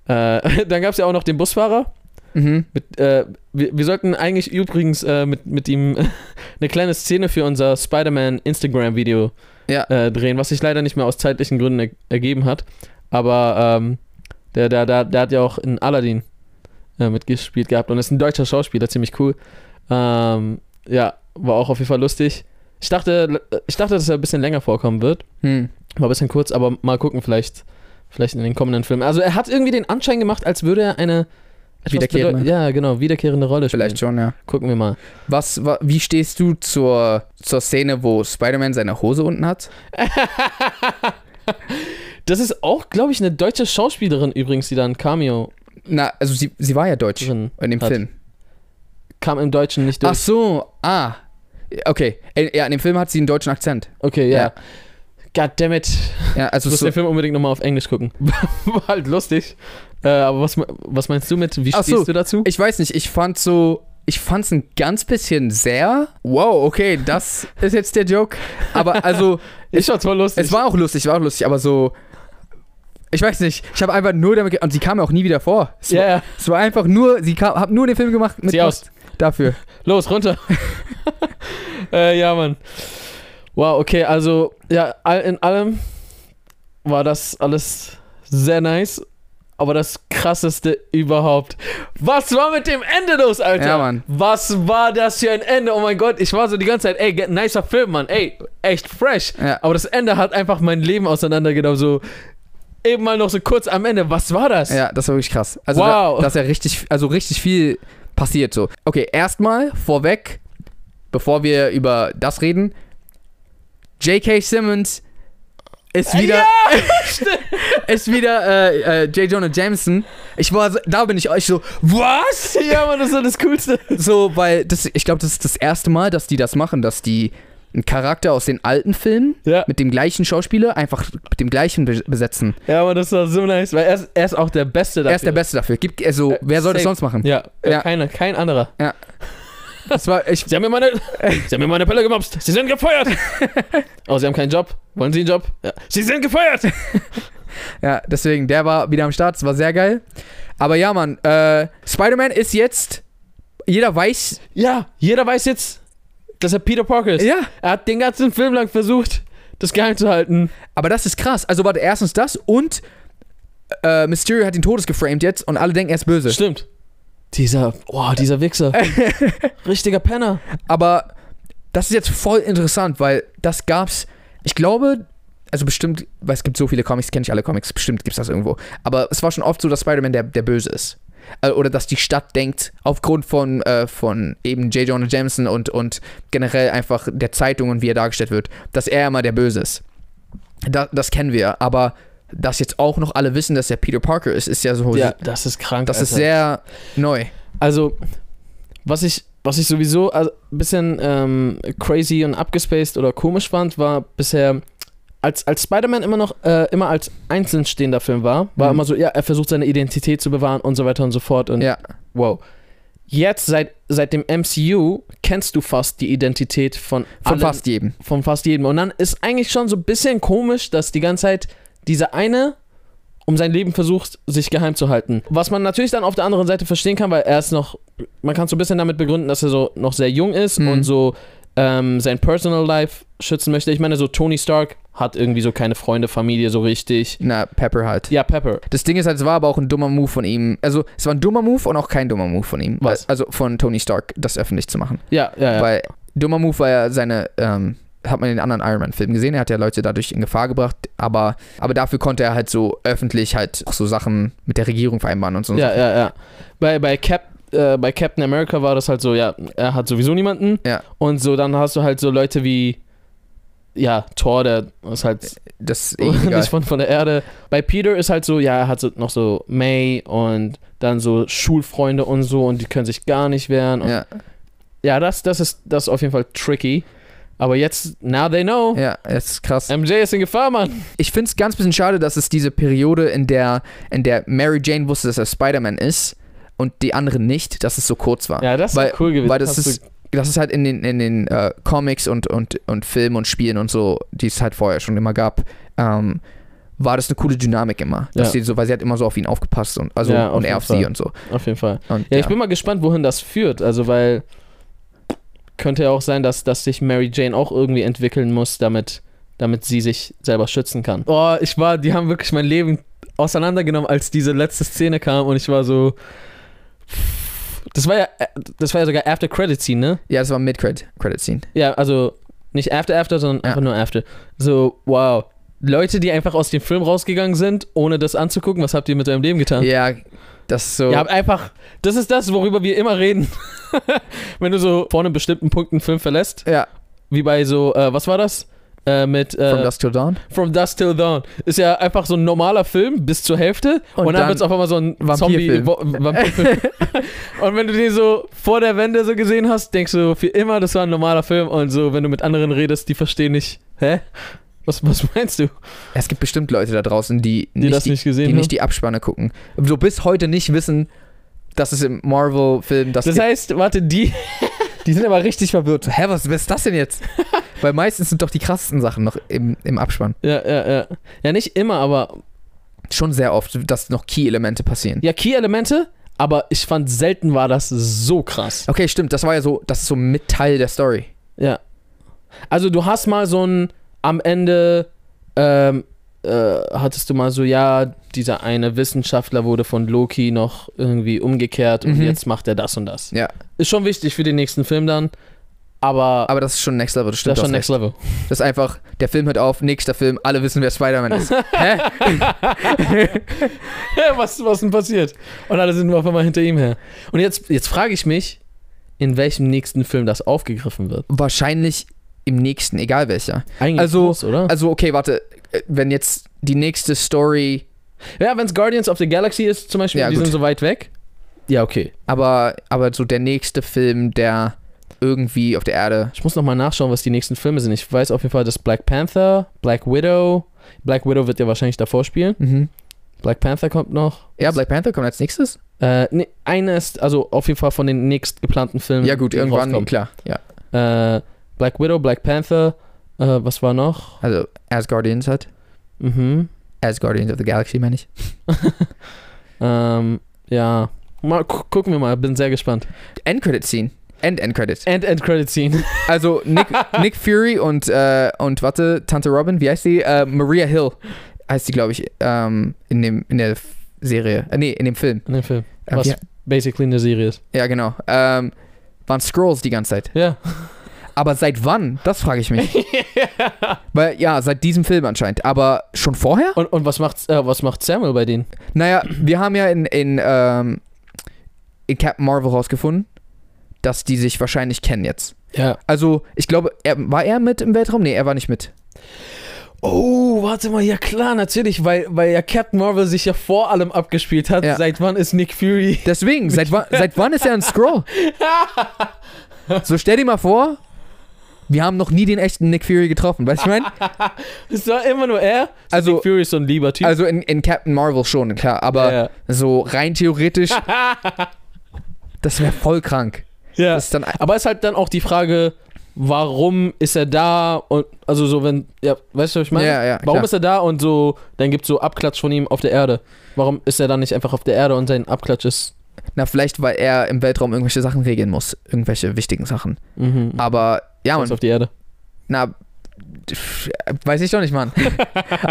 äh, dann gab es ja auch noch den Busfahrer.
Mhm.
Mit, äh, wir, wir sollten eigentlich übrigens äh, mit, mit ihm eine kleine Szene für unser Spider-Man Instagram-Video
Ja.
äh, drehen, was sich leider nicht mehr aus zeitlichen Gründen er ergeben hat. Aber ähm, der, der, der, der hat ja auch in Aladdin äh, mitgespielt gehabt und ist ein deutscher Schauspieler, ziemlich cool. Ähm, ja, war auch auf jeden Fall lustig. Ich dachte, ich dachte, dass er ein bisschen länger vorkommen wird.
Hm.
War ein bisschen kurz, aber mal gucken, vielleicht, vielleicht in den kommenden Filmen. Also er hat irgendwie den Anschein gemacht, als würde er eine etwas
Wiederkehrende.
bedeu- Ja, genau, wiederkehrende Rolle spielen.
Vielleicht schon, ja.
Gucken wir mal.
Was, wa, wie stehst du zur, zur Szene, wo Spider-Man seine Hose unten hat?
Das ist auch, glaube ich, eine deutsche Schauspielerin übrigens, die da ein Cameo
Na, also sie, sie war ja deutsch
drin
in dem
hat.
Film.
kam im Deutschen nicht durch.
Ach so, ah. Okay, Äh, ja, in dem Film hat sie einen deutschen Akzent.
Okay, ja. God damn it.
Ja, also
Ich muss
so,
den Film unbedingt nochmal auf Englisch gucken. War halt lustig. Äh, aber was, me- was meinst du mit, wie
Ach
stehst
so.
du dazu?
ich weiß nicht, ich fand so, ich fand's ein ganz bisschen sehr. Wow, okay, das ist jetzt der Joke. Aber also,
Ist schon total lustig.
es war auch lustig, war auch lustig, aber so, ich weiß nicht, ich habe einfach nur damit, ge- und sie kam ja auch nie wieder vor. Es,
ja,
war,
ja.
es war einfach nur, sie kam, hab nur den Film gemacht
Sieh aus.
dafür.
Los, runter. äh, ja, Mann. Wow, okay, also, ja, all, in allem war das alles sehr nice. Aber das krasseste überhaupt. Was war mit dem Ende los, Alter?
Ja, Mann.
Was war das für ein Ende? Oh mein Gott, ich war so die ganze Zeit, ey, ge- nicer Film, Mann. Ey, echt fresh.
Ja.
Aber das Ende hat einfach mein Leben auseinandergenommen. So eben mal noch so kurz am Ende. Was war das?
Ja, das war wirklich krass. Also
Wow.
da, dass ja richtig, also richtig viel passiert so. Okay, erstmal vorweg, bevor wir über das reden, J.K. Simmons
Äh,
ist wieder, ist wieder äh, äh, J. Jonah Jameson. Ich war, so- da bin ich euch so, was?
ja Mann, das war das Coolste.
So, weil das, ich glaube, das ist das erste Mal, dass die das machen, dass die einen Charakter aus den alten Filmen
Ja.
mit dem gleichen Schauspieler einfach mit dem gleichen be- besetzen.
Ja, aber das war so nice, weil er ist, er ist auch der Beste dafür.
Er ist der Beste dafür. Gibt, also,
Äh,
wer soll das
safe.
sonst machen?
Ja,
Ja.
ja. Keiner, kein anderer.
Das war, ich,
Sie haben mir meine, sie haben mir meine Pelle gemobst. Sie sind gefeuert. oh, Sie haben keinen Job. Wollen Sie einen Job? Ja. Sie sind gefeuert.
Ja, deswegen, der war wieder am Start, es war sehr geil. Aber ja, Mann, äh, Spider-Man ist jetzt. Jeder weiß.
Ja, jeder weiß jetzt, dass er Peter Parker ist.
Ja.
Er hat den ganzen Film lang versucht, das geheim zu halten.
Aber das ist krass. Also, warte, erstens das und äh, Mysterio hat den Todes geframed jetzt und alle denken, er ist böse.
Stimmt. Dieser, oh, dieser Wichser. Richtiger Penner.
Aber das ist jetzt voll interessant, weil das gab's. Ich glaube, also bestimmt, weil es gibt so viele Comics, kenne ich alle Comics, bestimmt gibt's das irgendwo. Aber es war schon oft so, dass Spider-Man der, der Böse ist. Äh, Oder dass die Stadt denkt, aufgrund von, äh, von eben J. Jonah Jameson und, und generell einfach der Zeitung und wie er dargestellt wird, dass er immer der Böse ist. Da, das kennen wir, aber dass jetzt auch noch alle wissen, dass er Peter Parker ist, ist ja so.
Ja, Also das ist krank.
das ist
Alter.
sehr neu.
Also, was ich, was ich sowieso ein bisschen ähm, crazy und abgespaced oder komisch fand, war bisher, als, als Spider-Man immer noch, äh, immer als einzeln stehender Film war, war
Mhm.
immer so, ja, er versucht seine Identität zu bewahren und so weiter und so fort. Und
Ja.
wow. Jetzt, seit, seit dem MCU, kennst du fast die Identität von,
Von
allen-
fast jedem.
von fast jedem. Und dann ist eigentlich schon so ein bisschen komisch, dass die ganze Zeit dieser eine um sein Leben versucht, sich geheim zu halten. Was man natürlich dann auf der anderen Seite verstehen kann, weil er ist noch, man kann so ein bisschen damit begründen, dass er so noch sehr jung ist
Mhm.
und so ähm, sein Personal Life schützen möchte. Ich meine, so Tony Stark hat irgendwie so keine Freunde, Familie so richtig.
Na, Pepper halt.
Ja, Pepper.
Das Ding ist halt, es war aber auch ein dummer Move von ihm. Also, es war ein dummer Move und auch kein dummer Move von ihm.
Was? Äh.
Also, von Tony Stark, das öffentlich zu machen.
Ja, ja, ja.
Weil, dummer Move war ja seine, ähm, hat man in den anderen Iron Man-Filmen gesehen. Er hat ja Leute dadurch in Gefahr gebracht, aber, aber dafür konnte er halt so öffentlich halt auch so Sachen mit der Regierung vereinbaren und so.
Ja, ja, ja. Bei, bei, Cap, äh, bei Captain America war das halt so, ja, er hat sowieso niemanden.
Ja.
Und so, dann hast du halt so Leute wie, ja, Thor, der ist halt
Das ist eh egal.
nicht von, von der Erde. Bei Peter ist halt so, ja, er hat so, noch so May und dann so Schulfreunde und so und die können sich gar nicht wehren. Und ja,
Ja,
das, das, ist, das ist auf jeden Fall tricky. Aber jetzt, now they know.
ja, es ist krass.
MJ ist in Gefahr, Mann.
Ich finde es ganz bisschen schade, dass es diese Periode, in der, in der Mary Jane wusste, dass er Spider-Man ist und die anderen nicht, dass es so kurz war.
Ja, das ist
Ah. Weil-
cool gewesen.
weil das
Hast du-
ist- das ist halt in den, in den äh, Comics und, und, und Filmen und Spielen und so, die es halt vorher schon immer gab, ähm, war das eine coole Dynamik immer. Dass
Ja.
sie so, weil sie hat immer so auf ihn aufgepasst und, also,
Ja, auf
und
jeden
er auf sie
Fall.
und so.
auf jeden Fall.
Und,
Ja, ich bin mal gespannt, wohin das führt. Also, weil könnte ja auch sein, dass, dass sich Mary Jane auch irgendwie entwickeln muss, damit, damit sie sich selber schützen kann. Oh, ich war, die haben wirklich mein Leben auseinandergenommen, als diese letzte Szene kam und ich war so. Das war ja, das war ja sogar After Credit Scene, ne?
ja das war Mid-Credit-Scene.
Ja, also nicht After After, sondern
Ja.
einfach nur After. So, wow. Leute, die einfach aus dem Film rausgegangen sind, ohne das anzugucken, was habt ihr mit eurem Leben getan?
Ja, das ist so.
Ihr habt einfach, das ist das, worüber wir immer reden. Wenn du so vor einem bestimmten Punkt einen Film verlässt,
ja.
wie bei so, äh, was war das? Äh, mit äh,
From Dusk Till Dawn.
From Dusk Till Dawn. Ist ja einfach so ein normaler Film bis zur Hälfte und,
Und
dann,
dann
wird es auf einmal so ein Zombie
Vampirfilm.
Wo- Vampirfilm. und wenn du den so vor der Wende so gesehen hast, denkst du für immer, das war ein normaler Film und so, wenn du mit anderen redest, die verstehen nicht, hä? Was, was meinst du,
Es gibt bestimmt Leute da draußen, die,
die
nicht,
das
die,
nicht ne? gesehen
die
haben?
nicht die Abspanne gucken. So bis heute nicht wissen, dass es im Marvel-Film das,
das heißt, warte, die
gibt. Die sind aber richtig verwirrt. Hä, was, was ist das denn jetzt? Weil meistens sind doch die krassesten Sachen noch im, im Abspann.
Ja, ja, ja. Ja, nicht immer, aber
Schon sehr oft, dass noch Key-Elemente passieren.
ja, Key-Elemente, aber ich fand selten war das so krass.
Okay, stimmt, das war ja so, das ist so mit Teil der Story.
Ja. Also du hast mal so ein am Ende ähm, äh, hattest du mal so, ja, dieser eine Wissenschaftler wurde von Loki noch irgendwie umgekehrt und
Mhm.
jetzt macht er das und das.
Ja.
Ist schon wichtig für den nächsten Film dann, aber,
Aber das ist schon Next Level, das
das
stimmt.
ist schon
du
next
hast
level.
recht. das ist einfach, der Film hört auf, nächster Film, alle wissen, wer Spider-Man ist. Hä?
was, was denn passiert? Und alle sind auf einmal hinter ihm her. Und jetzt, jetzt frage ich mich, in welchem nächsten Film das aufgegriffen wird.
Wahrscheinlich im nächsten, egal welcher.
Eigentlich
Also-
groß, oder?
Also, okay, warte, äh, wenn jetzt die nächste Story,
ja, wenn es Guardians of the Galaxy ist zum Beispiel,
Ja,
die
gut.
sind so weit weg. Ja, okay.
aber, aber so der nächste Film, der irgendwie auf der Erde.
Ich muss nochmal nachschauen, was die nächsten Filme sind. Ich weiß auf jeden Fall, dass Black Panther, Black Widow, Black Widow wird ja wahrscheinlich davor spielen.
Mhm.
Black Panther kommt noch.
Ja, Black Panther kommt als nächstes?
Äh, nee, eine ist, also auf jeden Fall von den nächst geplanten Filmen.
Ja, gut,
die
irgendwann,
rauskommen.
klar. Ja.
Äh, Black Widow, Black Panther, äh, was war noch?
Also, Asgardians hat.
Mhm.
Asgardians of the Galaxy, meine ich.
Ähm, ja. Mal gu- gucken wir mal, bin sehr gespannt.
End-Credit-Scene. End-End-Credit.
End-End-Credit-Scene.
Also Nick, Nick Fury und, äh, und warte, Tante Robin, wie heißt sie? Äh, Maria Hill heißt sie, glaube ich, ähm, in, dem, in der F- Serie. Äh, nee, in dem Film.
In dem Film.
Äh,
Was
wie-
basically eine Serie ist.
Ja, genau. Ähm, waren Scrolls die ganze Zeit.
Ja.
Aber seit wann? Das frage ich mich. Weil, ja, seit diesem Film anscheinend. Aber schon vorher?
Und, und was, macht, äh, was macht Samuel bei denen?
Naja, wir haben ja in, in, ähm, in Captain Marvel rausgefunden, dass die sich wahrscheinlich kennen jetzt.
Ja.
Also, ich glaube, er, war er mit im Weltraum? Nee, er war nicht mit.
Oh, warte mal, ja klar, natürlich, weil, weil ja Captain Marvel sich ja vor allem abgespielt hat.
Ja.
Seit wann ist Nick Fury?
Deswegen, seit, wa seit wann ist er ein Scroll? So stell dir mal vor, wir haben noch nie den echten Nick Fury getroffen, weißt du, ich meine?
Es war immer nur er.
Also-
Nick Fury ist so ein lieber Typ.
Also in, in Captain Marvel schon, klar, aber
ja,
so rein theoretisch, das wäre voll krank.
ja.
Das ist dann,
Aber es ist halt dann auch die Frage, warum ist er da? Und also so, wenn, ja, weißt du, was ich meine?
ja, ja,
Warum
klar.
ist er da und so, dann gibt es so Abklatsch von ihm auf der Erde. Warum ist er dann nicht einfach auf der Erde und sein Abklatsch ist.
Na, vielleicht, weil er im Weltraum irgendwelche Sachen regeln muss, irgendwelche wichtigen Sachen.
Mhm.
Aber ja,
Ist
man,
auf die Erde.
na, pf, weiß ich doch nicht, Mann.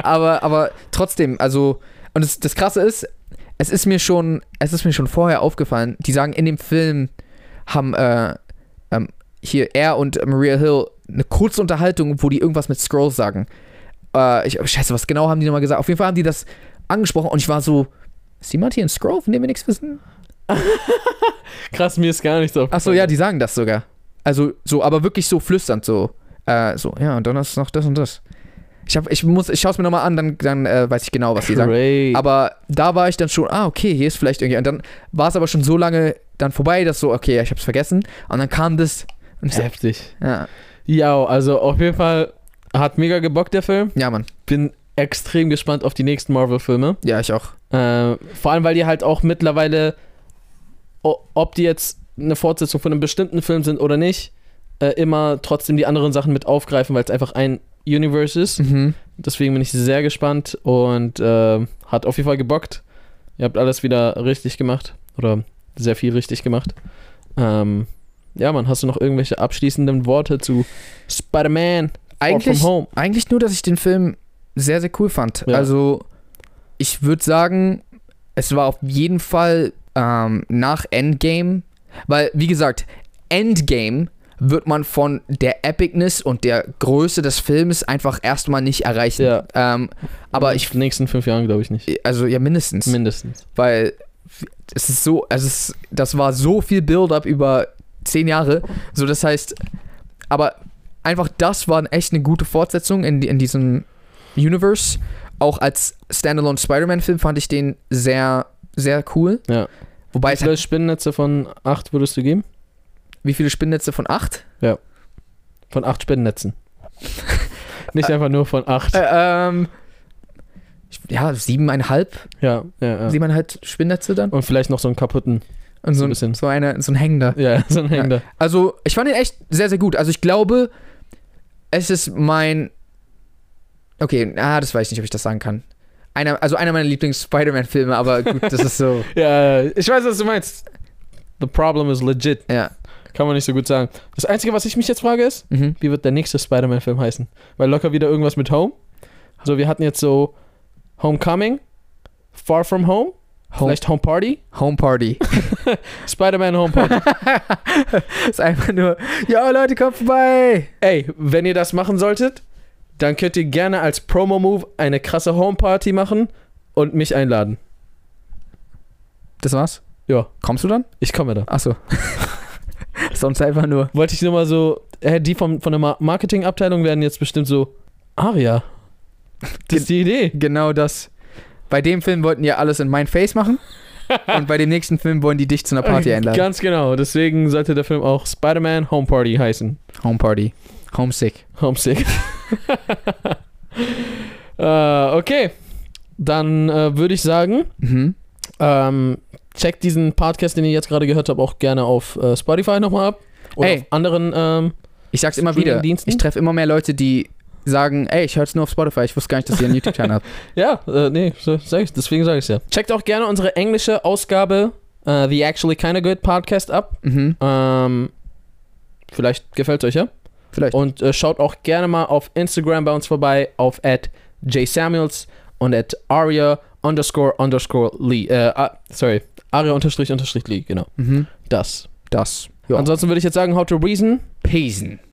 aber, aber trotzdem, also, und das, das Krasse ist, es ist mir schon, es ist mir schon vorher aufgefallen, die sagen, in dem Film haben äh, ähm, hier er und Maria Hill eine kurze Unterhaltung, wo die irgendwas mit Scrolls sagen. Äh, ich, scheiße, was genau haben die nochmal gesagt? Auf jeden Fall haben die das angesprochen und ich war so, ist jemand hier ein Scroll, von dem wir nichts wissen?
Krass, mir ist gar nichts auf.
Achso, ja, die sagen das sogar. Also, so, aber wirklich so flüsternd, so. Äh, so, ja, und dann ist noch das und das. Ich, hab, ich muss, ich schaue es mir nochmal an, dann, dann äh, weiß ich genau, was die sagen.
Great.
Aber da war ich dann schon, ah, okay, hier ist vielleicht irgendwie. Und dann war es aber schon so lange dann vorbei, dass so, okay, ja, ich hab's vergessen. Und dann kam das. Und ich so,
heftig.
ja,
Ja, also auf jeden Fall hat mega gebockt der Film.
ja, Mann.
Bin extrem gespannt auf die nächsten Marvel-Filme.
Ja, ich auch.
Äh, vor allem, weil die halt auch mittlerweile, o- ob die jetzt eine Fortsetzung von einem bestimmten Film sind oder nicht, äh, immer trotzdem die anderen Sachen mit aufgreifen, weil es einfach ein Universe ist.
Mhm.
Deswegen bin ich sehr gespannt und äh, hat auf jeden Fall gebockt. Ihr habt alles wieder richtig gemacht oder sehr viel richtig gemacht. Ähm, ja, Mann, hast du noch irgendwelche abschließenden Worte zu Spider-Man? Far
Eigentlich,
From Home?
eigentlich nur, dass ich den Film sehr, sehr cool fand.
Ja.
Also, ich würde sagen, es war auf jeden Fall ähm, nach Endgame, weil, wie gesagt, Endgame wird man von der Epicness und der Größe des Films einfach erstmal nicht erreichen.
Ja.
Ähm, aber ich,
In den nächsten fünf Jahren glaube ich nicht.
also ja, mindestens.
Mindestens.
weil es ist so, also es, das war so viel Build-up über zehn Jahre. So, das heißt, aber einfach das war echt eine gute Fortsetzung in, in diesem Universe. Auch als Standalone Spider-Man-Film fand ich den sehr, sehr cool.
Ja.
Wobei
Wie
es hat,
viele Spinnennetze von acht würdest du geben?
wie viele Spinnnetze von acht?
Von acht Spinnennetzen. nicht einfach nur von acht.
Äh, ähm, ich- ja, siebeneinhalb,
ja, ja, ja.
siebeneinhalb Spinnnetze dann.
Und vielleicht noch so einen kaputten.
Und so,
ein
ein,
bisschen.
so, eine, so ein hängender.
Ja, so einen Hänger.
Also, ich fand ihn echt sehr, sehr gut. Also, ich glaube, es ist mein. Okay, ah, das weiß ich nicht, ob ich das sagen kann. Einer, also, einer meiner Lieblings-Spider-Man-Filme, aber gut, das ist so.
Ja, ich weiß, was du meinst. The problem is legit.
Ja.
Kann man nicht so gut sagen. Das Einzige, was ich mich jetzt frage, ist,
Mhm.
wie wird der nächste Spider-Man-Film heißen? Weil locker wieder irgendwas mit Home. So, wir hatten jetzt so Homecoming, Far From Home,
Home,
vielleicht Home Party,
Home Party.
Spider-Man Home Party.
ist einfach nur, ja, Leute, kommt vorbei!
Ey, wenn ihr das machen solltet, dann könnt ihr gerne als Promo-Move eine krasse Home-Party machen und mich einladen.
Das war's?
Ja.
Kommst du dann?
Ich komme da.
Achso. Sonst einfach nur.
Wollte ich nur mal so, äh, die vom, von der Ma- Marketing-Abteilung werden jetzt bestimmt so, Aria, das ist die Idee.
Genau das. Bei dem Film wollten die alles in mein Face machen. und bei dem nächsten Film wollen die dich zu einer Party einladen.
Ganz genau, deswegen sollte der Film auch Spider-Man Home Party heißen.
Home Party. Homesick.
Homesick. äh, okay, dann äh, würde ich sagen,
Mhm.
Ähm, checkt diesen Podcast, den ihr jetzt gerade gehört habt, auch gerne auf äh, Spotify nochmal ab. Oder
Ey.
auf anderen. Ähm,
Ich sag's immer wieder.
Streaming-Diensten?
Ich treffe immer mehr Leute, die sagen, ey, ich hör's nur auf Spotify, ich wusste gar nicht, dass ihr einen YouTube-Channel habt.
ja, äh, nee, so, sag ich, deswegen sage ich ja. Checkt auch gerne unsere englische Ausgabe äh, The Actually Kinda Good Podcast ab.
Mhm.
Ähm, vielleicht gefällt euch ja.
Vielleicht.
Und äh, schaut auch gerne mal auf Instagram bei uns vorbei, auf at jsamuels und at aria underscore underscore lee. Äh, ah, sorry, aria unterstrich unterstrich lee, genau.
Mhm.
Das.
Das. Ja.
Also Ansonsten würde ich jetzt sagen, how to reason.
Pesen.